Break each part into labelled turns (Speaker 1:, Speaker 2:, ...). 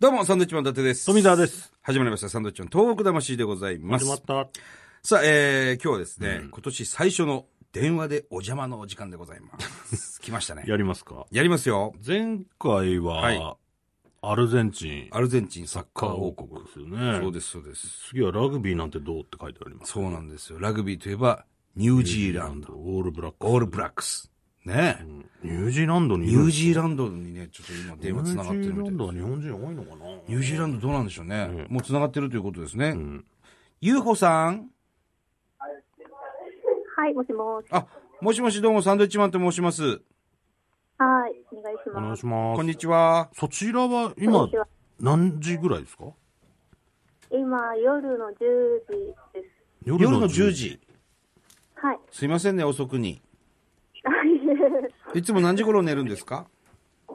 Speaker 1: どうも、サンドウィッチマン伊達です。
Speaker 2: 富澤です。
Speaker 1: 始まりました、サンドウィッチマン東北魂でございます
Speaker 2: 始。まった。
Speaker 1: さあ、えー、今日はですね、今年最初の電話でお邪魔のお時間でござい ます。来ましたね。
Speaker 2: やりますか
Speaker 1: やりますよ。
Speaker 2: 前回は、
Speaker 1: はい
Speaker 2: アルゼンチン、
Speaker 1: アルゼンチンサッカ
Speaker 2: カ
Speaker 1: ー
Speaker 2: ー王
Speaker 1: 王国。
Speaker 2: 国ですよね。
Speaker 1: そうです、そうです。
Speaker 2: 次はラグビーなんてどうって書いてあります。
Speaker 1: そうなんですよ。ラグビーといえば、ニュージーランド、
Speaker 2: オールブラック。
Speaker 1: オールブラックス。ねえ。
Speaker 2: ニュージーランドに
Speaker 1: ニュージーランドにね、ちょっと今電話つながってるみたい
Speaker 2: ニュージーランド
Speaker 1: です
Speaker 2: は日本人多いのかな
Speaker 1: ニュージーランドどうなんでしょうね。もうつながってるということですね。
Speaker 2: ん
Speaker 1: ユーホさん。
Speaker 3: はい、もしもし。
Speaker 1: あ、もしもしどうも、サンドウィッチマンと申します。
Speaker 3: はい、お願いし
Speaker 2: お願
Speaker 3: ま
Speaker 2: い
Speaker 3: す。
Speaker 2: します。
Speaker 1: こんにちは。
Speaker 2: そちらは
Speaker 3: こん
Speaker 2: 今
Speaker 3: にちは、
Speaker 2: 何時ぐらいですか
Speaker 3: 今、夜の10時です。
Speaker 2: 夜
Speaker 1: 夜の10。時。
Speaker 3: はい。
Speaker 1: すいませんね、遅くに。
Speaker 3: い
Speaker 1: いつも何時頃寝るんですか
Speaker 3: つ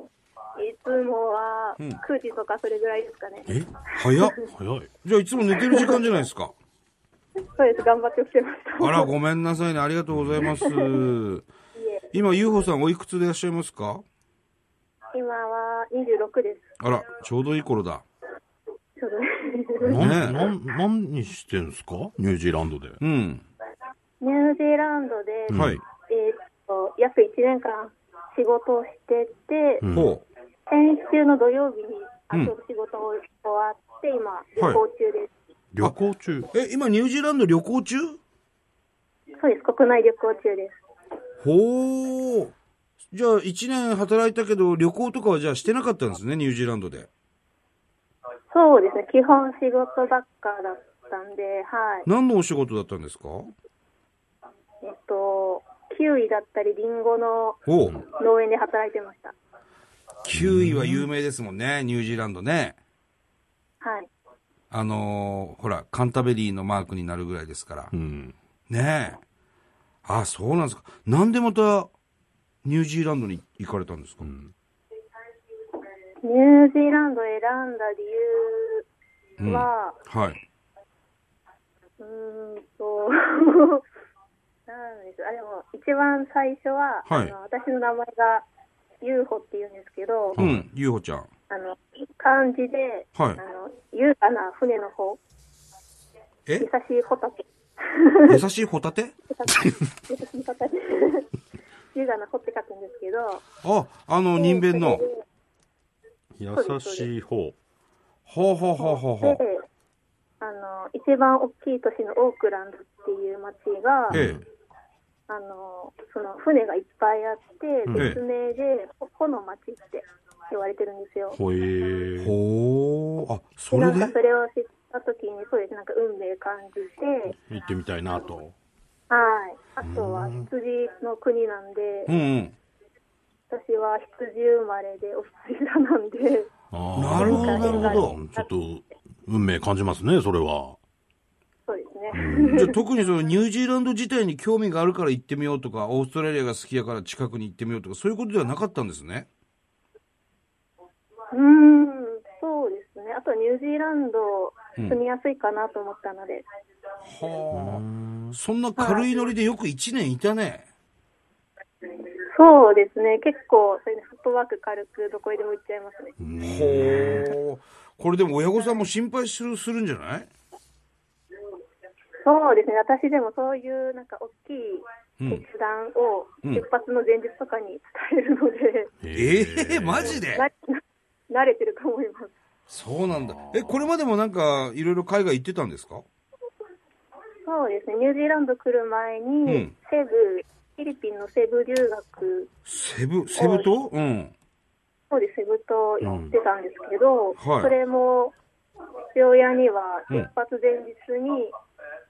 Speaker 3: もは
Speaker 1: ん
Speaker 3: 9時とかそれぐらいですかね。
Speaker 2: え
Speaker 1: 早っ。
Speaker 2: 早い。
Speaker 1: じゃあいつも寝てる時間じゃないですか。
Speaker 3: そうです、頑張って起きてました。
Speaker 1: あら、ごめんなさいね。ありがとうございます。今、ユーホさんおいくつでいらっしゃいますか
Speaker 3: 今は26で
Speaker 1: あら、ちょうどいい頃だ。
Speaker 3: す。ちょうど
Speaker 1: ね
Speaker 2: な
Speaker 1: え
Speaker 2: ん、なん、何してんすかニュージーランドで。
Speaker 1: うん。
Speaker 3: ニュージーランドで、
Speaker 1: はい。
Speaker 3: えーっと、約1年間仕事をしてて、
Speaker 2: うん
Speaker 1: ほう。
Speaker 3: 先週の土曜日に、あ
Speaker 1: うん
Speaker 3: ちょっと仕事を終わって、今、旅行中です。
Speaker 2: 旅行中。
Speaker 1: え、今、ニュージーランド旅行中
Speaker 3: そうです、国内旅行中です。
Speaker 1: ほう。じゃあ、一年働いたけど、旅行とかはじゃあしてなかったんですね、ニュージーランドで。
Speaker 3: そうですね、基本仕事ばっかだったんで、はい。
Speaker 1: 何のお仕事だったんですか
Speaker 3: えっと、キウイだったり、リンゴの
Speaker 1: ほう。
Speaker 3: 農園で働いてました。
Speaker 1: キウイは有名ですもんね、ニュージーランドね。
Speaker 3: はい。
Speaker 1: あのーほら、カンタベリーのマークになるぐらいですから
Speaker 2: う。ん。
Speaker 1: ねえ。あ、そうなんですか。なんでまた、ニュージーランドに行かれたんですか、
Speaker 3: ニュージーランドを選んだ理由は、
Speaker 1: はい。
Speaker 3: うーんと、 なんですあ、でも、一番最初は、
Speaker 1: はい
Speaker 3: あの私の名前が、ユーホって言うんですけど、
Speaker 1: うん、ゆうほちゃん。
Speaker 3: あの、漢字で、
Speaker 1: はい
Speaker 3: あの、優雅な船の方、
Speaker 1: え
Speaker 3: 優しいホタテ。
Speaker 1: 優しいホタテ
Speaker 3: 優しいホ タテ。優雅なホって書くんですけど、
Speaker 1: あ、あの、人弁の。
Speaker 2: 優しい方。
Speaker 1: ほうほうほうほうほ
Speaker 3: で
Speaker 1: う。、
Speaker 3: あの、一番大きい都市のオークランドっていう町が、
Speaker 1: え
Speaker 3: あの、その船がいっぱいあって、
Speaker 2: ん
Speaker 3: 別名で、ほほの町って言われてるんですよ。
Speaker 2: ほえ
Speaker 1: え。
Speaker 2: ー。
Speaker 1: ほう。あ、そ
Speaker 3: な
Speaker 1: れ
Speaker 3: んか
Speaker 1: で
Speaker 3: それを知った時に、そうです、なんか運命感じて、
Speaker 2: 行ってみたいなと。
Speaker 3: はい。あとは羊の国なんで、
Speaker 1: うんうん。
Speaker 3: 私は羊生まれでお羊座なんで、
Speaker 1: なるほどなるほど
Speaker 2: ちょっと、運命感じますね、それは。
Speaker 3: そうですね。
Speaker 1: じゃあ特にそのニュージーランド自体に興味があるから行ってみようとか、オーストラリアが好きやから近くに行ってみようとか、そういうことではなかったんですね。
Speaker 3: うーん、そうですね。あとニュージーランド、住みやすいかなと思ったので、
Speaker 1: はあ。そんな軽いノリでよく1年いたね。
Speaker 3: そうですね。結構、それでフットワーク軽く、どこへでも行っちゃいますね。
Speaker 1: ほう。これでも親御さんも心配するするんじゃない
Speaker 3: そうですね。私でもそういう、なんか、大きい決断を、出発の前日とかに伝えるので、
Speaker 1: ええマジで
Speaker 3: な慣れてると思います。
Speaker 1: そうなんだ。え、これまでもなんか、いろいろ海外行ってたんですか
Speaker 3: そうですね。ニュージーランド来る前
Speaker 1: う
Speaker 3: に
Speaker 1: ん、
Speaker 3: セブ、フィリピンのセブ留学、
Speaker 1: セブ、セブ島うん。
Speaker 3: そうです、セブ島行ってたんですけど、
Speaker 1: はい
Speaker 3: それも、父親には、
Speaker 1: うん
Speaker 3: 出発前日に、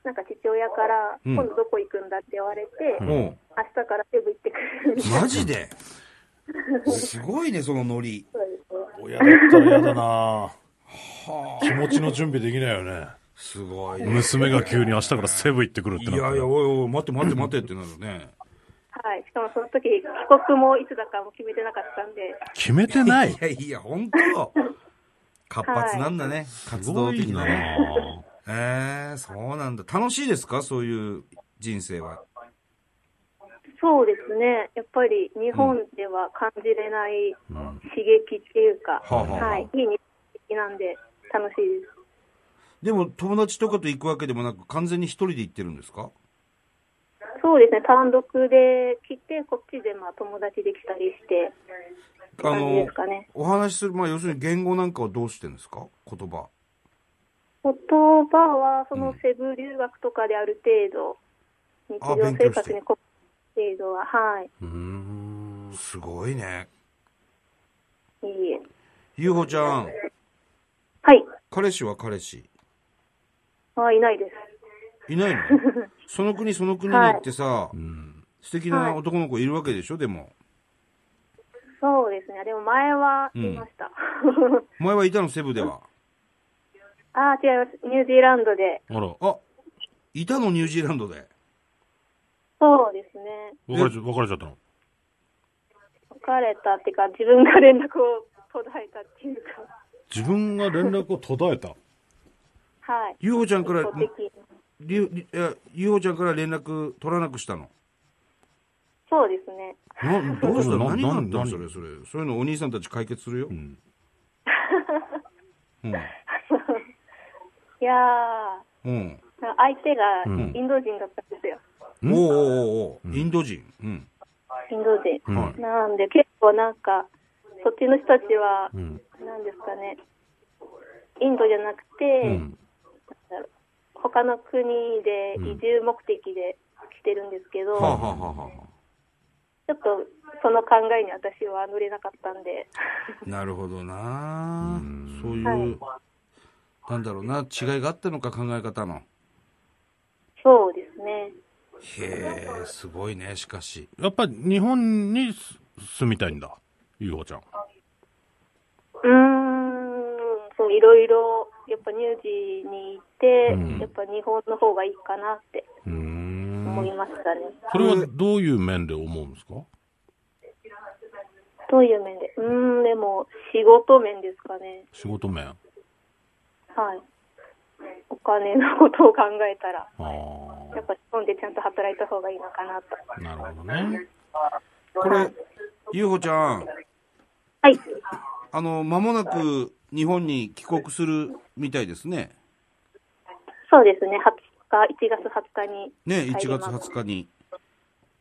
Speaker 3: なんか父親から、
Speaker 1: うん
Speaker 3: 今度どこ行くんだって言われて、
Speaker 1: う
Speaker 3: 明
Speaker 1: ん。
Speaker 3: 日からセブ行ってくるみたいな。
Speaker 1: マジですごいね、そのノリ。
Speaker 3: そうですね
Speaker 2: 親だったら嫌だな気持ちの準備できないよね。
Speaker 1: すごい。い
Speaker 2: 娘が急に明日からセブ行ってくるって
Speaker 1: やい
Speaker 2: なった
Speaker 1: や、
Speaker 2: ら。
Speaker 1: おいおい、待って待って待ってってなるね。
Speaker 3: はい、しかもその時帰国もいつだかも決めてなかったんで、
Speaker 2: 決めてない
Speaker 1: い。やいや、本当活発なんだね。活動的なね。ええそうなんだ。楽しいですかそういう人生は。
Speaker 3: そうですね、やっぱり日本では感じれない刺激っていうか、
Speaker 1: はあはあ
Speaker 3: はい、非日常的ななんで、楽しいです。
Speaker 1: でも友達とかと行くわけでもなく、完全に一人で行ってるんですか
Speaker 3: そうですね、単独で来て、こっちでまあ友達できたりして、
Speaker 1: あ
Speaker 3: 感じ
Speaker 1: の
Speaker 3: ですかね、
Speaker 1: お話しする、まあ要するに言語なんかはどうしてるんですか言葉。
Speaker 3: 言葉はそうの
Speaker 1: ん
Speaker 3: セブ留学とかである程度、
Speaker 1: あ
Speaker 3: 日常生
Speaker 1: 勉強して
Speaker 3: 活にこ程度は、はい、
Speaker 2: うん。
Speaker 1: すごいね。
Speaker 3: いいえ。
Speaker 1: ゆうほちゃん、
Speaker 3: はい、
Speaker 1: 彼氏は彼氏。
Speaker 3: あいないです。
Speaker 1: いないのその国その国に行ってさ、
Speaker 2: うん。
Speaker 1: 素敵な男の子いるわけでしょでも。
Speaker 3: そうですね、でも前はいました。
Speaker 1: お前はいたのセブでは。
Speaker 3: あ違います、ニュージーランドで、
Speaker 2: あら、別
Speaker 1: あ、いたのニュージーランドで。
Speaker 3: そうですね、
Speaker 2: れちゃ別れちゃったの。
Speaker 3: 別れたっていうか、自分が連絡を途絶えたっていうか、
Speaker 2: 自分が連絡を途絶えた。
Speaker 3: はい、
Speaker 1: ゆうほちゃんから
Speaker 3: 一方、的に。
Speaker 1: りゅりいやゆうほちゃんから連絡取らなくしたの。
Speaker 3: そうですね。
Speaker 1: などうしたの
Speaker 2: な
Speaker 1: 何があったの
Speaker 2: な
Speaker 1: それ、それ。そういうのお兄さんたち解決するよ
Speaker 2: う。ん。
Speaker 1: うん。
Speaker 3: いやー、
Speaker 1: うん。
Speaker 3: 相手が
Speaker 2: ん
Speaker 3: インド人だったんですよ、
Speaker 1: おうおうおうおうインド人。うん。
Speaker 3: インド人。
Speaker 2: うん
Speaker 1: はい
Speaker 3: なんで、結構なんか、そっちの人たちは、
Speaker 2: うん。
Speaker 3: なんですかね、インドじゃなくて、
Speaker 2: うん。
Speaker 3: なんだろう他の国で移住目的で来てるんですけど、
Speaker 1: はあ、はあはあは
Speaker 3: ちょっとその考えに私は乗れなかったんで、
Speaker 1: あ、なるほどな
Speaker 2: うん
Speaker 1: そういう、なんだろうな、違いがあったのか考え方の。
Speaker 3: そうですね。
Speaker 1: へえ、すごいね、しかし。
Speaker 2: やっぱり日本にす住みたいんだ。ゆうほちゃん。
Speaker 3: うーん、そういろいろ、やっぱ乳児に行って、
Speaker 2: うん
Speaker 3: やっぱ日本の方がいいかなって
Speaker 2: う
Speaker 3: 思い
Speaker 2: ん。
Speaker 3: ましたね。
Speaker 2: それはどういう面で思うんですか
Speaker 3: どういう面でうーん、でも、仕事面ですかね。
Speaker 2: 仕事面。あ
Speaker 3: はい。お金のことを考えたら、
Speaker 2: あ
Speaker 3: やっぱ日本でちゃんと働いた方がいいのかなと。
Speaker 2: ー。なるほどね。
Speaker 1: これ、ゆうほちゃん、
Speaker 3: はい。
Speaker 1: あの、間もなく日本に帰国するみたいですね。
Speaker 3: そうですね、20日、1月20日に。
Speaker 1: ね、1月20日に。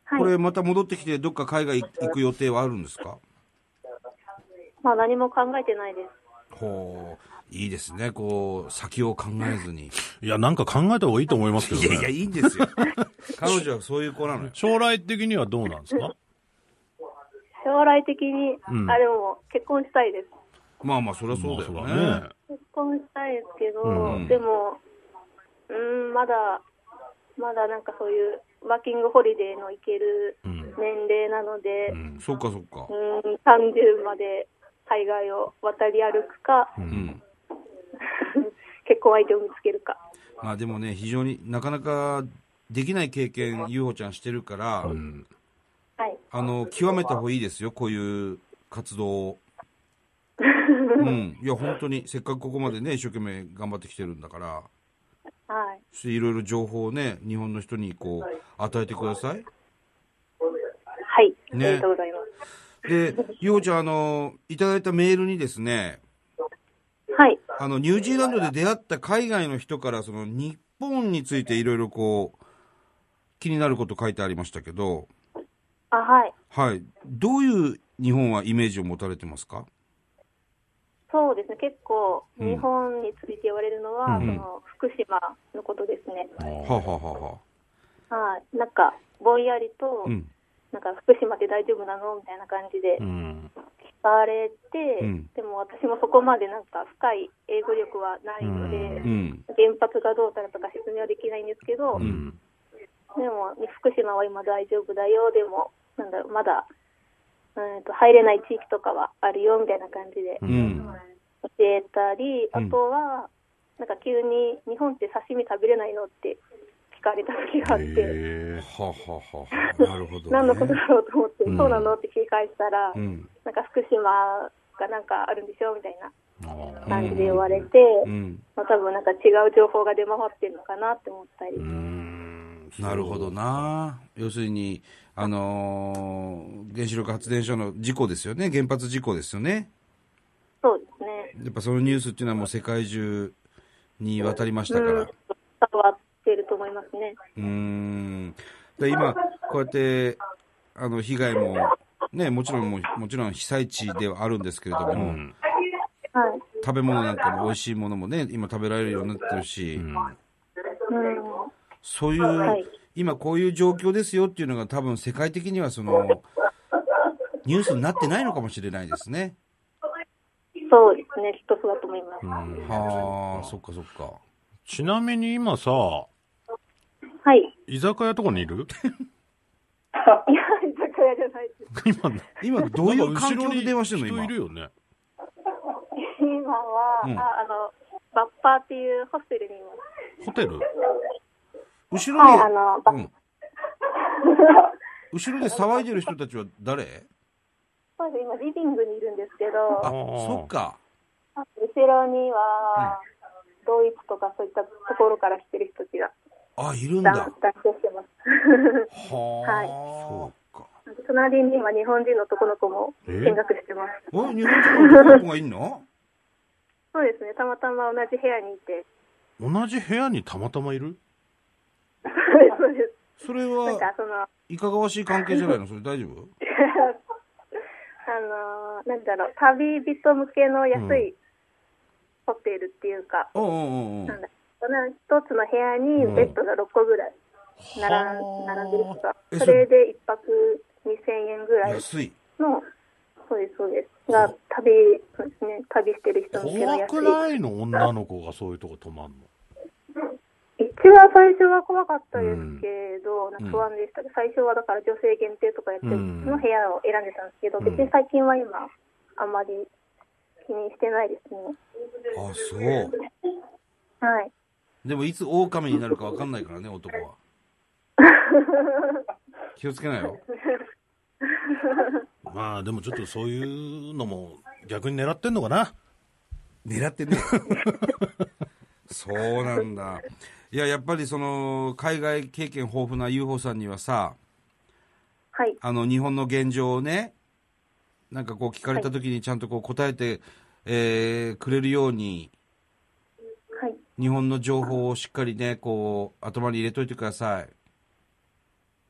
Speaker 3: はい。
Speaker 1: これまた戻ってきて、どっか海外行く予定はあるんですか
Speaker 3: まあ何も考えてないです。
Speaker 1: ほう、いいですね、こう、先を考えずに。
Speaker 2: いや、なんか考えた方がいいと思いますけど
Speaker 1: いやいや、
Speaker 2: ね。
Speaker 1: いいんですよ。 彼女はそういう子なのよ。
Speaker 2: 将来的にはどうなんですか
Speaker 3: 将来的に、
Speaker 2: うん
Speaker 3: あ、でも結婚したいです。
Speaker 1: まあまあ、そりゃそうだ
Speaker 2: ま
Speaker 1: よ
Speaker 2: あ
Speaker 1: ね。
Speaker 2: そらね。
Speaker 3: 結婚したいですけど、
Speaker 2: うん
Speaker 3: でも、うーん、まだ、まだなんかそういうワーキングホリデーの行ける
Speaker 2: うん
Speaker 3: 年齢なので、
Speaker 2: う。
Speaker 3: うん
Speaker 1: そっかそっか。
Speaker 3: ーん、30まで海外を渡り歩くか、
Speaker 2: う
Speaker 1: うん。
Speaker 3: 結婚相手を見つけるか。
Speaker 1: まあでもね、非常になかなかできない経験、ゆうほちゃんしてるから、
Speaker 2: うん。
Speaker 3: はい。
Speaker 1: あの、極めた方がいいですよ、こういう活動 を。うん。いや、本当に、せっかくここまでね、一生懸命頑張ってきてるんだから、
Speaker 3: はい。
Speaker 1: そしていろいろ情報をね、日本の人にこう、与えてください。
Speaker 3: はい。あ
Speaker 1: ね
Speaker 3: りがとうございます。
Speaker 1: で、ゆうほちゃん、あの、いただいたメールにですね、
Speaker 3: はい。
Speaker 1: あの、ニュージーランドで出会った海外の人から、その、日本についていろいろこう、気になること書いてありましたけど、
Speaker 3: あ、はい。
Speaker 1: はい。どういう日本はイメージを持たれてますか
Speaker 3: そうですね。結構、
Speaker 1: うん
Speaker 3: 日本について言われるのは、
Speaker 1: うん
Speaker 3: その福島のことですね。
Speaker 1: はあ、はあはあは
Speaker 3: はい。なんか、ぼんやりと、
Speaker 1: あ、うん。
Speaker 3: なんか福島って大丈夫なのみたいな感じで
Speaker 2: うん。
Speaker 3: 聞かれて、
Speaker 1: うん
Speaker 3: でも私もそこまでなんか深い英語力はないので、
Speaker 1: うん。
Speaker 3: 原発がどうたらとか説明はできないんですけど、
Speaker 2: う
Speaker 3: で
Speaker 2: ん。
Speaker 3: も福島は今大丈夫だよ、でも、なんだろう、まだ、うんと入れない地域とかはあるよみたいな感じで
Speaker 2: う
Speaker 1: うん。
Speaker 3: 教えたり、
Speaker 1: うん
Speaker 3: あとは、なんか急に日本って刺身食べれないのって聞かれた時があって、
Speaker 2: へえ。
Speaker 1: はあ、はあはあはあ、なるほど、ね。
Speaker 3: 何のことだろうと思って、
Speaker 2: うん
Speaker 3: そうなのって聞き返したら、
Speaker 1: うん。
Speaker 3: なんか福島がなんかあるんでしょみたいな
Speaker 2: あー
Speaker 3: 感じで言われて、
Speaker 1: うん。
Speaker 3: まあ、多分なんか違う情報が出回ってるのかなって思ったり、
Speaker 2: うーん。
Speaker 1: なるほどな。要するに、あのー原子力発電所の事故ですよね。原発事故ですよね。
Speaker 3: そうですね。
Speaker 1: やっぱそのニュースっていうのはもう世界中に渡りましたか
Speaker 3: う
Speaker 1: ら
Speaker 3: ん。伝わってると思いますね。
Speaker 1: うーん。で今、こうやって、あの、被害も、ね、もちろんもう、もちろん被災地ではあるんですけれども、
Speaker 2: うん
Speaker 3: はい。
Speaker 1: 食べ物なんかも美味しいものもね、今食べられるようになってるし、
Speaker 2: うん
Speaker 3: うん。
Speaker 1: そういう、
Speaker 3: はい
Speaker 1: 今こういう状況ですよっていうのが多分世界的にはその、ニュースになってないのかもしれないですね。
Speaker 3: そうですね。きっとそうだと思います。
Speaker 2: うん
Speaker 1: はあ、そっかそっか。
Speaker 2: ちなみに今さ、
Speaker 3: はい。 い
Speaker 2: 居酒屋とかにいる
Speaker 3: や、居酒屋じゃないです。
Speaker 2: 今、
Speaker 1: 今、どういう環
Speaker 2: なん
Speaker 1: 境
Speaker 2: か後ろ
Speaker 1: で
Speaker 2: に
Speaker 1: 電話してるの
Speaker 2: 人
Speaker 1: 今
Speaker 2: いる。よね。
Speaker 3: 今は、
Speaker 1: うん
Speaker 3: ああの、バッパーっていうホステルにいます。
Speaker 2: ホテル
Speaker 1: 後
Speaker 3: はい、あの、バ
Speaker 1: ろ
Speaker 3: ッ
Speaker 1: に、う ん。後ろで騒いでる人たちは誰
Speaker 3: パーで今リビングにいるんですけ
Speaker 1: あ、
Speaker 3: ど、
Speaker 2: ー
Speaker 1: そっか。
Speaker 3: 後ろには、ドイツとかそういったところから来てる人たちが、
Speaker 1: あ、いるんだ。
Speaker 3: だ
Speaker 1: は
Speaker 3: ん男性してます。はい
Speaker 1: そうか。
Speaker 3: 隣に今日本人の男の子も見学してます。
Speaker 1: お日本人の男の子がいんの
Speaker 3: そうですね。たまたま同じ部屋にいて。
Speaker 2: 同じ部屋にたまたまいる
Speaker 3: そうです。
Speaker 1: それ
Speaker 3: なん
Speaker 1: は
Speaker 3: か、その、
Speaker 1: いかがわしい関係じゃないのそれ大丈夫
Speaker 3: あのーなんだろう、旅人向けの安いホテルっていうか、
Speaker 1: うんうんうんう
Speaker 3: なん
Speaker 1: ん。
Speaker 3: だその一つの部屋にベッドが6個ぐらい並,、
Speaker 2: はあ
Speaker 3: 並んでるとか
Speaker 1: え、
Speaker 3: それで一泊2000円ぐらい
Speaker 1: 安い。
Speaker 3: の、そうです、そうです。が、旅、そうですね、旅してる人向けの
Speaker 2: 怖
Speaker 3: 安
Speaker 2: くないの女の子がそういうとこ泊まんの。
Speaker 3: い。一番最初は怖かったですけど、な
Speaker 1: う
Speaker 3: ん
Speaker 1: ん
Speaker 3: か不安でしたけど、最初はだから女性限定とかやってる
Speaker 2: うん
Speaker 3: の部屋を選んでたんですけど、
Speaker 2: ん
Speaker 3: 別に最近は今、あんまり気にしてないですね。
Speaker 1: あ、そう。
Speaker 3: はい。
Speaker 1: でも、いつ狼になるかわかんないからね、男 は。気をつけないよ。
Speaker 2: まあでもちょっとそういうのも逆に狙ってんのかな。
Speaker 1: 狙って ね。そうなんだ。いや、やっぱりその、海外経験豊富な UFO さんにはさ、
Speaker 3: はい。
Speaker 1: あの、日本の現状をね、なんかこう聞かれた時にちゃんとこう答えて、えーくれるように、
Speaker 3: はい。
Speaker 1: 日本の情報をしっかりね、こう、頭に入れといてください。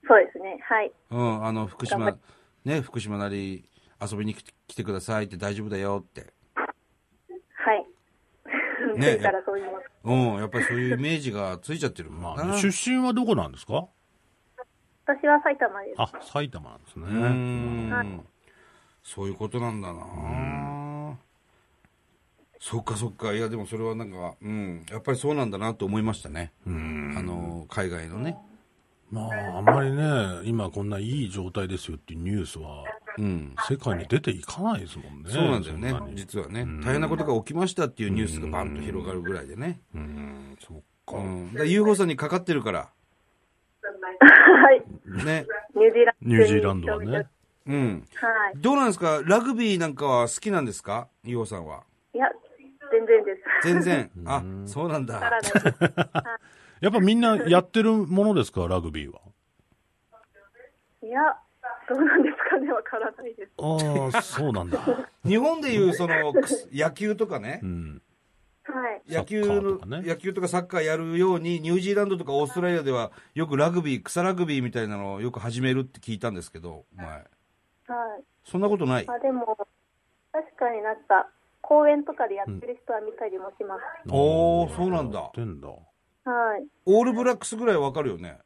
Speaker 3: そうですね。はい。
Speaker 1: うん、あの、福
Speaker 3: 頑
Speaker 1: 島、ね、福島なり遊びに来て来てくださいって大丈夫だよって。
Speaker 3: はい。
Speaker 1: ね
Speaker 3: ね、からそう言います。
Speaker 1: うん、やっぱりそういうイメージがついちゃってるも
Speaker 2: ま
Speaker 1: んな。
Speaker 2: あ、出身はどこなんですか
Speaker 3: 私は埼玉です。
Speaker 2: あ、埼玉なんですね。
Speaker 1: うーん。そういうことなんだな。そっかそっか。いや、でもそれはなんか、うん、やっぱりそうなんだなと思いましたね。
Speaker 2: うん
Speaker 1: あの、海外のね。
Speaker 2: まあ、あんまりね、今こんないい状態ですよっていうニュースは、
Speaker 1: うん。
Speaker 2: 世界に出ていかないですもんね。
Speaker 1: そうなんだよね
Speaker 2: そな。に
Speaker 1: 実はね。大変なことが起きましたっていうニュースがバンと広がるぐらいでね。
Speaker 2: うん、そっか。
Speaker 1: うん。だから UFO さんにかかってるから。
Speaker 3: はい。
Speaker 1: ね。
Speaker 3: ニュージーランド。
Speaker 2: ニュージーランドはね。。
Speaker 1: うん。
Speaker 3: はい。
Speaker 1: どうなんですかラグビーなんかは好きなんですか伊オさんは。
Speaker 3: いや、全然です。
Speaker 1: 全然。あ、そうなん
Speaker 3: わから
Speaker 1: だ。
Speaker 3: ないです。
Speaker 2: やっぱみんなやってるものですか、ラグビーは。
Speaker 3: いや、どうなんですかね、わからないです。
Speaker 2: ああ、そうなんだ。
Speaker 1: 日本でいう、その、くす野球とかね
Speaker 2: う。ん。
Speaker 3: はい。
Speaker 1: 野球
Speaker 2: サッカー
Speaker 1: の
Speaker 2: とかね
Speaker 1: 野球とかサッカーやるように、ニュージーランドとかオーストラリアでは、よくラグビー、草ラグビーみたいなのをよく始めるって聞いたんですけど、前。
Speaker 3: はい。
Speaker 1: そんなことない。
Speaker 3: あ、でも、確かになんか、公園とかでやってる人は見たりもします。
Speaker 1: おーそうなんだ
Speaker 2: やってんだ。
Speaker 3: はい。
Speaker 1: オールブラックスぐらいわかるよね。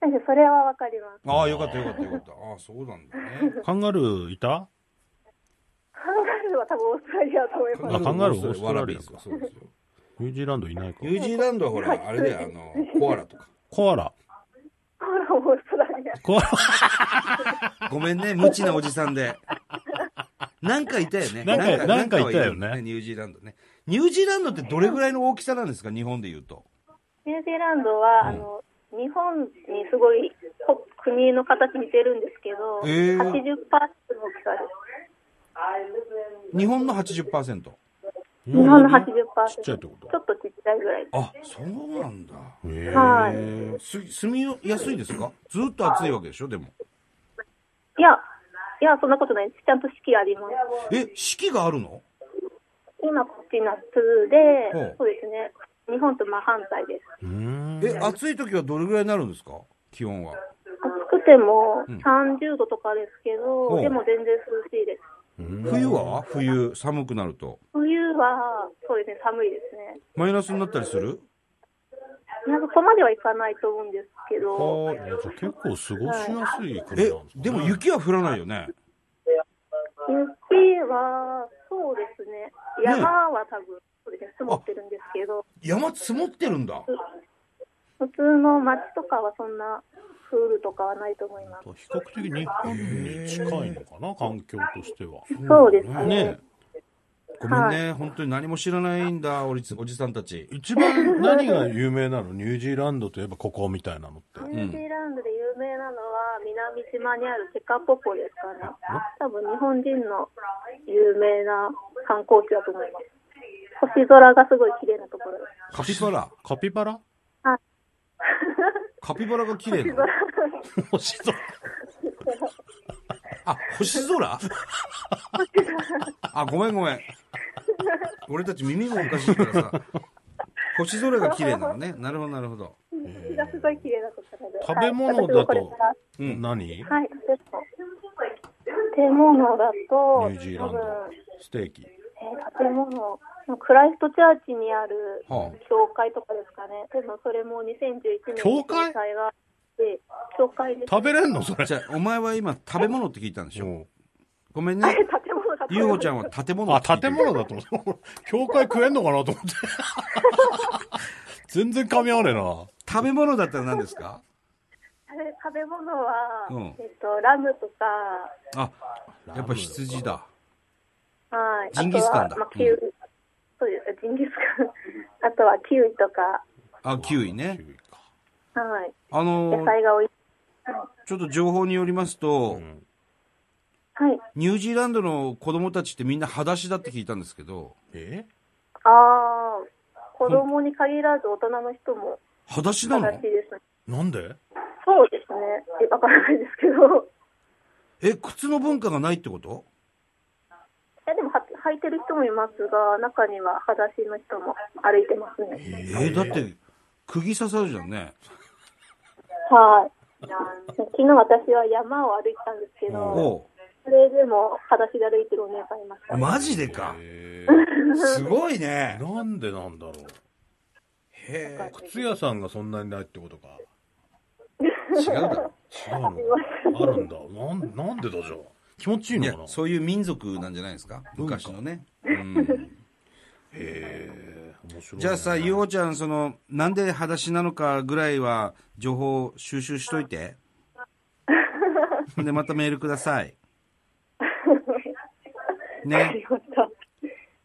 Speaker 3: 確かにそれはわかります。
Speaker 1: ああ、よかったよかったよかった。ああ、そうなんだね。
Speaker 2: カンガルーいた
Speaker 3: カンガルーは多分オーストラリアだと思います。
Speaker 2: あカンガルーオースト
Speaker 1: わ
Speaker 2: ラ
Speaker 1: ら
Speaker 2: リ
Speaker 1: び
Speaker 2: ア
Speaker 1: で
Speaker 2: か
Speaker 1: すよそうですよ。
Speaker 2: ニュージーランドいないか
Speaker 1: ニ。ュージーランドはほら、あれだよ、あの、コアラとか。
Speaker 2: コアラ。
Speaker 3: ほら、オーストラリア。
Speaker 2: コアラ。
Speaker 1: ごめんね、無知なおじさんで。なんかいたよね。
Speaker 2: なんかなんかいたよね
Speaker 1: はニュージーランドね。ニュージーランドってどれぐらいの大きさなんですか日本で言うと。
Speaker 3: ニュージーランドは、あの、日本にすごいこ国の形似てるんですけど、
Speaker 1: えー
Speaker 3: 80%の大きさです。
Speaker 1: 日本の80%。
Speaker 2: 日
Speaker 3: 日本の80%。
Speaker 2: ちっちゃいってこと
Speaker 3: ちょっとちっちゃいぐらいです。
Speaker 1: あ、そうなんだ。
Speaker 2: へ
Speaker 3: はい
Speaker 2: え。
Speaker 1: す、住みやすいですかずっと暑いわけでしょでも。
Speaker 3: いや、いや、そんなことないです。ちゃんと式あります。
Speaker 1: え、四季があるの
Speaker 3: 今こっち夏で
Speaker 1: ほう、
Speaker 3: そうですね。日本と真反対です。
Speaker 2: うーん。
Speaker 1: え、暑い時はどれぐらいになるんですか気温は。
Speaker 3: 暑くても
Speaker 1: うん
Speaker 3: 30度とかですけど、
Speaker 1: ほう
Speaker 3: でも全然涼しいです。
Speaker 1: 冬は冬、寒くなると。
Speaker 3: 冬は、そうですね、寒いですね。
Speaker 1: マイナスになったりする
Speaker 3: なんかそこまではいかないと思うんですけど、
Speaker 2: はあ、じゃあ結構過ごしやすい国
Speaker 1: え
Speaker 2: なんですか、ね、
Speaker 1: でも雪は降らないよね。
Speaker 3: 雪は、そうですね、
Speaker 1: ね
Speaker 3: 山は多分、そうですね、積もってるんですけど、
Speaker 1: 山積もってるんだ。
Speaker 3: 普通の街とかはそんな、プールとかはないと思います。
Speaker 2: 比較的日本に近いのかな、環境としては。
Speaker 3: そうですね。
Speaker 1: ねごめんね、本当に何も知らないんだ、おりつおじさんたち。
Speaker 2: 一番何が有名なのニュージーランドといえばここみたいなのって。
Speaker 3: ニュージーランドで有名なのは、南島にあるテカポポですかね。多分日本人の有名な観光地だと思います。星空がすごい綺麗なところです。
Speaker 1: カピバラ。
Speaker 2: カピバラ
Speaker 1: カピバラが綺麗なの。
Speaker 2: 星空。
Speaker 1: あ、星空あ、ごめんごめん。俺たち耳がおかしいからさ。星空が綺麗なのね。なるほど、なるほど。
Speaker 3: 星がすごい綺麗なところで。
Speaker 2: 食べ物
Speaker 3: はい私も
Speaker 2: だ
Speaker 3: これ
Speaker 2: と
Speaker 3: から
Speaker 1: うん
Speaker 2: 何、
Speaker 3: はい、ちょっと。建物だと、多
Speaker 2: ニュ
Speaker 3: 分、え
Speaker 2: ージーランドステーキ。
Speaker 3: ー建物、クライストチャーチにある
Speaker 1: はあ
Speaker 3: 教会とかですかね。でもそれも2011年に
Speaker 2: 教会
Speaker 3: 開催があって、教会です。
Speaker 2: 食べれんのそれ。
Speaker 1: じゃあ、お前は今、食べ物って聞いたんでしょ
Speaker 2: うん
Speaker 1: ごめん
Speaker 3: あ
Speaker 1: ね
Speaker 3: れ、。 建物だと思います
Speaker 1: ゆうほちゃんは建物
Speaker 2: あ、
Speaker 1: って聞いて
Speaker 2: 建物だと思って。 教会食えんのかなと思って。 全然噛み合わねえな。
Speaker 1: 食べ物だったら何ですか
Speaker 3: 食べ食べ物は、
Speaker 1: うん
Speaker 3: えっと、ラムとか、
Speaker 1: あ、やっぱ羊だ。
Speaker 3: はい。
Speaker 1: ジンギスカンだ
Speaker 3: あとは、まあ、キウイ。そうです、ジン ギスカン。あとは、キウイとか、
Speaker 1: あ、キウイね
Speaker 2: キ。ウイか
Speaker 3: はい。
Speaker 1: あの
Speaker 3: 野、菜が多い。
Speaker 1: ちょっと情報によりますと、
Speaker 2: ん
Speaker 3: はい。
Speaker 1: ニュージーランドの子供たちってみんな裸足だって聞いたんですけど、
Speaker 2: え
Speaker 3: ああ、子供に限らず大人の人も
Speaker 1: 裸足な
Speaker 3: 正
Speaker 1: の
Speaker 3: しいですね。
Speaker 2: なんで
Speaker 3: そうですね。えわからないですけど。
Speaker 1: え、靴の文化がないってこと
Speaker 3: いやでもは、履いてる人もいますが、中には裸足の人も歩いてます
Speaker 1: え
Speaker 3: ね。
Speaker 1: ーだって、釘刺さるじゃんね。
Speaker 3: はい。昨日私は山を歩いたんですけど、
Speaker 1: おう
Speaker 3: それでも裸足で歩いてるお姉さんいましたね。
Speaker 1: マジでか。
Speaker 2: え
Speaker 1: すごいね。
Speaker 2: ーなんでなんだろう。
Speaker 1: へえ。
Speaker 2: 靴屋さんがそんなにないってことか。
Speaker 1: 違うだろ。
Speaker 2: 違うのあるんだ。なん、なんでだじゃあ。気持ちいい
Speaker 1: い
Speaker 2: の
Speaker 1: や
Speaker 2: かな、
Speaker 1: そういう民族なんじゃないですか昔のね。うん。
Speaker 2: へえ、面白い、ね。
Speaker 1: じゃあさ、ゆうほちゃん、その、なんで裸足なのかぐらいは、情報収集しといて。で、またメールくださ い。
Speaker 3: あり
Speaker 1: ね。
Speaker 3: がと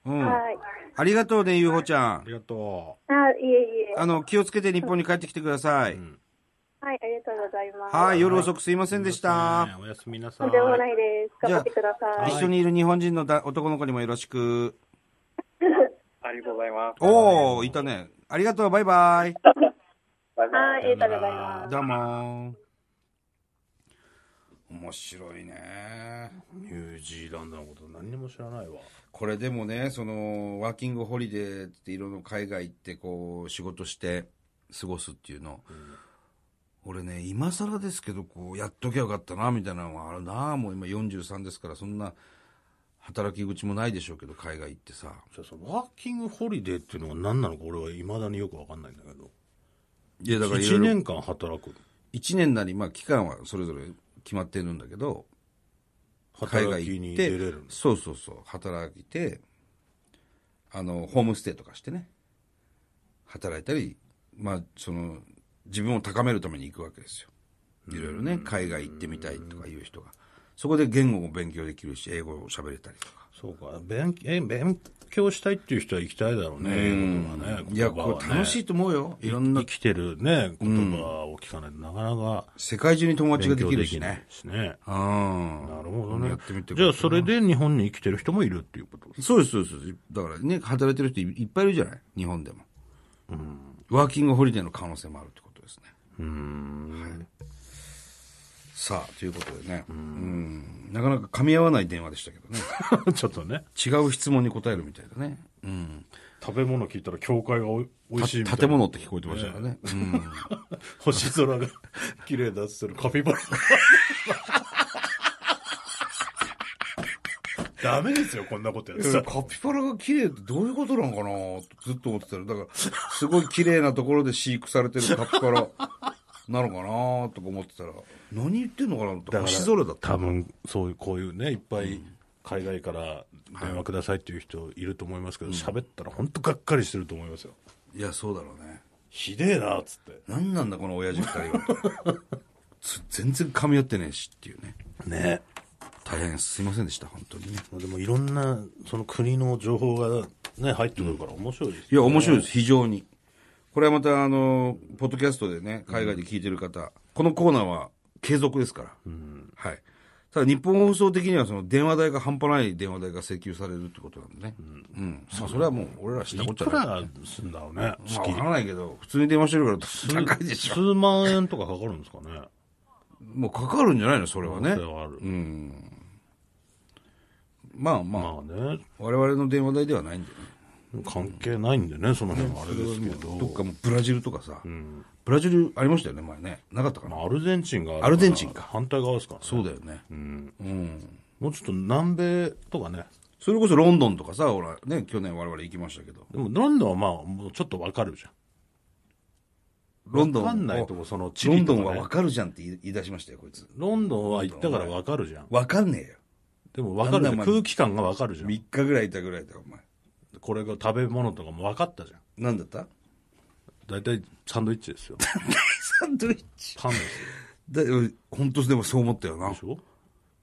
Speaker 1: うん。
Speaker 3: う。はい。
Speaker 1: ありがとうね、ゆうほちゃ
Speaker 2: あ
Speaker 1: ん
Speaker 2: り。がと
Speaker 3: あ、いえいえ。
Speaker 1: あの、気をつけて日本に帰ってきてください。
Speaker 3: はい、ありがとうございます。
Speaker 1: はい、夜
Speaker 2: はい
Speaker 1: 遅くすいません
Speaker 2: う。
Speaker 1: でした。
Speaker 2: おやすみな
Speaker 3: と
Speaker 2: さい。
Speaker 3: んでもないです。
Speaker 1: じゃ
Speaker 3: 頑
Speaker 1: あ
Speaker 3: 張ってくださ
Speaker 2: はい
Speaker 3: い。
Speaker 1: 一緒にいる日本人のだ男の子にもよろしく。
Speaker 4: ありがとうございます。
Speaker 1: おー、いたね。ありがとう、バイバイ。
Speaker 4: バイバイ
Speaker 3: はい、ありがとうございます。
Speaker 1: どうもー面白いね。
Speaker 2: ニュージーランドのこと何にも知らないわ。
Speaker 1: これでもね、その、ワーキングホリデーっていろいろ海外行ってこう、仕事して過ごすっていうの。俺ね、今更ですけど、こう、やっときゃよかったな、みたいなのはあるなもう今43ですから、そんな、働き口もないでしょうけど、海外行ってさ。
Speaker 2: じゃあそのワーキングホリデーっていうのが何なのか俺は未だによくわかんないんだけど。
Speaker 1: いや、だからいろ
Speaker 2: 1
Speaker 1: いろ
Speaker 2: 年間働く。
Speaker 1: 一年なり、まあ、期間はそれぞれ決まってるんだけど、海
Speaker 2: 働
Speaker 1: 外
Speaker 2: き
Speaker 1: 行
Speaker 2: に
Speaker 1: っ
Speaker 2: 出
Speaker 1: て
Speaker 2: れるん、です。
Speaker 1: そうそうそう、働いて、あの、ホームステイとかしてね、働いたり、まあ、その、自分を高めるために行くわけですよ。いろいろね、海外行ってみたいとかいう人が。そこで言語も勉強できるし、英語を喋れたりとか。
Speaker 2: そうか。勉え勉強したいっていう人は行きたいだろうね。英語とかね。
Speaker 1: いや、
Speaker 2: 言葉は
Speaker 1: こ
Speaker 2: ね
Speaker 1: れ楽しいと思うよ。いろんな
Speaker 2: 生、きてるね、言葉を聞かないとなかなか
Speaker 1: 世界中に友達が
Speaker 2: 勉
Speaker 1: で
Speaker 2: 強
Speaker 1: き
Speaker 2: で
Speaker 1: る
Speaker 2: き
Speaker 1: し
Speaker 2: ない
Speaker 1: ね。
Speaker 2: しね。
Speaker 1: うん。
Speaker 2: な
Speaker 1: な
Speaker 2: るほどね。
Speaker 1: やってみてください
Speaker 2: じゃあ、それで日本に生きてる人もいるっていうことです
Speaker 1: そうです、そうです。だからね、働いてる人いっぱいいるじゃない日本でも。ワーキングホリデーの可能性もあるってことですね。
Speaker 2: うーん。
Speaker 1: さあ、ということでね。うん。なかなか噛み合わない電話でしたけどね。
Speaker 2: ちょっとね、
Speaker 1: 違う質問に答えるみたいだね。うん。
Speaker 2: 食べ物聞いたら教会がおい美味しいみたい
Speaker 1: た
Speaker 2: な。
Speaker 1: 建物って聞こえてましたからね。うん。
Speaker 2: 星空が 綺麗だっつってるカピバラ。 ダメですよ、こんなことや ってたら
Speaker 1: カピバラが綺麗ってどういうことなのかなずっと思ってたよ。だから、すごい綺麗なところで飼育されてるカピバラなのかなとか思ってたら、何言ってんのかなと思ったら星空だった。
Speaker 2: 多分、そういう、こういうね、いっぱい海外から電話くださいっていう人いると思いますけど、喋、ったら本当がっかりしてると思いますよ。
Speaker 1: いや、そうだろうね。
Speaker 2: ひでえな、っつって。
Speaker 1: なんなんだこの親父二人は。つ全然噛み合ってねえしっていうね。
Speaker 2: ね
Speaker 1: 大変すいませんでした、本当にね。
Speaker 2: まあでもいろんな、その国の情報がね、入ってくるから面白いです、ね
Speaker 1: いや、面白いです、非常に。これはまた、あの、ポッドキャストでね、海外で聞いてる方、このコーナーは継続ですから。はい。ただ、日本放送的には、その、電話代が半端ない電話代が請求されるってことなんでね。うん。まあ、それはもう、俺ら知ったこ
Speaker 2: い
Speaker 1: っちゃ
Speaker 2: く
Speaker 1: ない。
Speaker 2: らすんだろうね、
Speaker 1: まあ、
Speaker 2: 月
Speaker 1: わからないけど、普通に電話してるから高いでし
Speaker 2: 数
Speaker 1: ょ。
Speaker 2: 万円とかかかるんですかね。
Speaker 1: もうかかるんじゃないの、それはね。
Speaker 2: 可能性はある
Speaker 1: うん。まあまあ、
Speaker 2: まあね、
Speaker 1: 我々の電話代ではないんでね。
Speaker 2: 関係ないんでね、その辺はあれですけど。
Speaker 1: どっかもうブラジルとかさ、ブラジルありましたよね、前ね。なかったかな。
Speaker 2: まあアルゼンチンがあるら
Speaker 1: アルゼンチンか
Speaker 2: 反対側ですからね。
Speaker 1: そうだよね。
Speaker 2: もうちょっと南米とかね。
Speaker 1: それこそロンドンとかさ、ほら、ね、去年我々行きましたけど。
Speaker 2: でも、ロンドンはまあ、もうちょっとわかるじゃん。
Speaker 1: ロンドン
Speaker 2: わかんないとこそのチ
Speaker 1: ロ
Speaker 2: リ
Speaker 1: ン
Speaker 2: と
Speaker 1: ド
Speaker 2: かね
Speaker 1: ンはわかるじゃんって言い言い出しましたよ、こいつ。
Speaker 2: ロンドンは行ったからわかるじゃん。
Speaker 1: わかんねえよ。
Speaker 2: でもわかるじゃん。
Speaker 1: あんなもん
Speaker 2: 空気感がわかるじゃん。
Speaker 1: 3日ぐらいいたぐらいだよ、お前。
Speaker 2: これが食べ物とかもわかったじゃん。
Speaker 1: なんだった
Speaker 2: 大体サンドイッ チですよ。
Speaker 1: サンドイッチ。
Speaker 2: パンですよ。
Speaker 1: だ本当でもそう思ったよな
Speaker 2: でし。ょ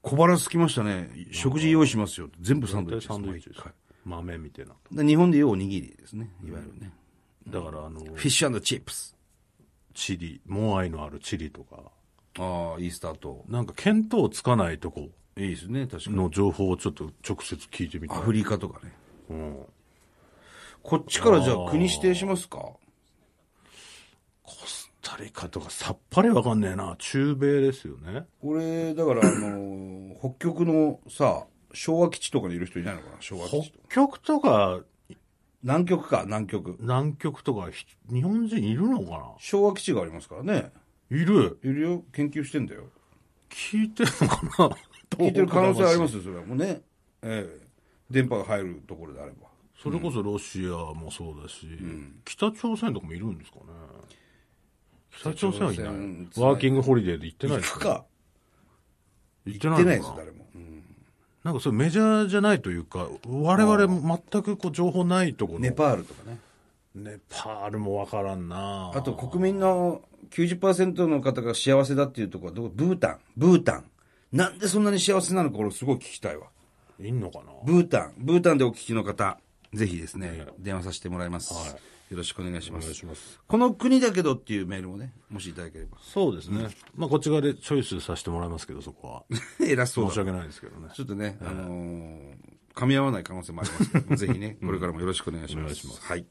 Speaker 1: 小腹すきましたね。食事用意しますよ。全部サンドイッ
Speaker 2: 大
Speaker 1: チ
Speaker 2: 体
Speaker 1: です。
Speaker 2: サンドイッチです
Speaker 1: 毎
Speaker 2: よ。豆みたいな。
Speaker 1: 回で日本でいうおにぎりですね。いわゆるね。
Speaker 2: だから、あの、
Speaker 1: フィッシュチップス。
Speaker 2: チリ、モアイのあるチリとか、
Speaker 1: ああ、いいスタート。
Speaker 2: なんか見当つかないとこ
Speaker 1: いいですね、確かに。
Speaker 2: の情報をちょっと直接聞いてみた
Speaker 1: ア
Speaker 2: い。
Speaker 1: フリカとかね。
Speaker 2: うん
Speaker 1: こっちからじゃあ国指定しますか
Speaker 2: コスタリカとかさっぱりわかんねえな。中米ですよね。
Speaker 1: 俺、だから、あの、 北極のさ、昭和基地とかにいる人いないのかな昭和基地
Speaker 2: 北
Speaker 1: とか。
Speaker 2: 極とか
Speaker 1: 南極か、南極。
Speaker 2: 南極とかひ日本人いるのか
Speaker 1: 昭和基地がありますからね。
Speaker 2: ないる
Speaker 1: いるよ。研究してんだよ。
Speaker 2: 聞いてるのかな
Speaker 1: 聞いてる可能性ありますすよ、それはもうね。ええ電波が入るところであれば。
Speaker 2: それこそロシアもそうだし、北朝鮮とかもいるんですかね北朝鮮はいない
Speaker 1: 北朝鮮
Speaker 2: ワーキングホリデーで行ってない
Speaker 1: 行
Speaker 2: です
Speaker 1: く
Speaker 2: か
Speaker 1: か。
Speaker 2: 行って
Speaker 1: 行
Speaker 2: な
Speaker 1: っ
Speaker 2: い
Speaker 1: て
Speaker 2: の
Speaker 1: な
Speaker 2: か
Speaker 1: いで
Speaker 2: な
Speaker 1: す、誰も。うん
Speaker 2: なんかそれメジャーじゃないというか我々も全くこう情報ないところ
Speaker 1: ネパールとかね。
Speaker 2: ネパールもわからんな
Speaker 1: あと、国民の90%の方が幸せだっていうところはどこ、ブータン、ブータン。なんでそんなに幸せなのか、俺すごい聞きたいわ。
Speaker 2: いんのかな
Speaker 1: ブータン、ブータンでお聞きの方、ぜひですね
Speaker 2: え、
Speaker 1: 電話させてもらいます。
Speaker 2: はい
Speaker 1: よろしくお願いしま
Speaker 2: お願い
Speaker 1: す。
Speaker 2: します
Speaker 1: この国だけどっていうメールもね、もしいただけ れば。
Speaker 2: そうですね、まあこっち側でチョイスさせてもらいますけどそこは
Speaker 1: 偉そう
Speaker 2: 申
Speaker 1: だ
Speaker 2: し。訳ないですけどね
Speaker 1: ちょっと ね、あのー噛み合わない可能性もありますけど、ぜひね、これからもよろしくお願いします。
Speaker 2: お願いします
Speaker 1: はい。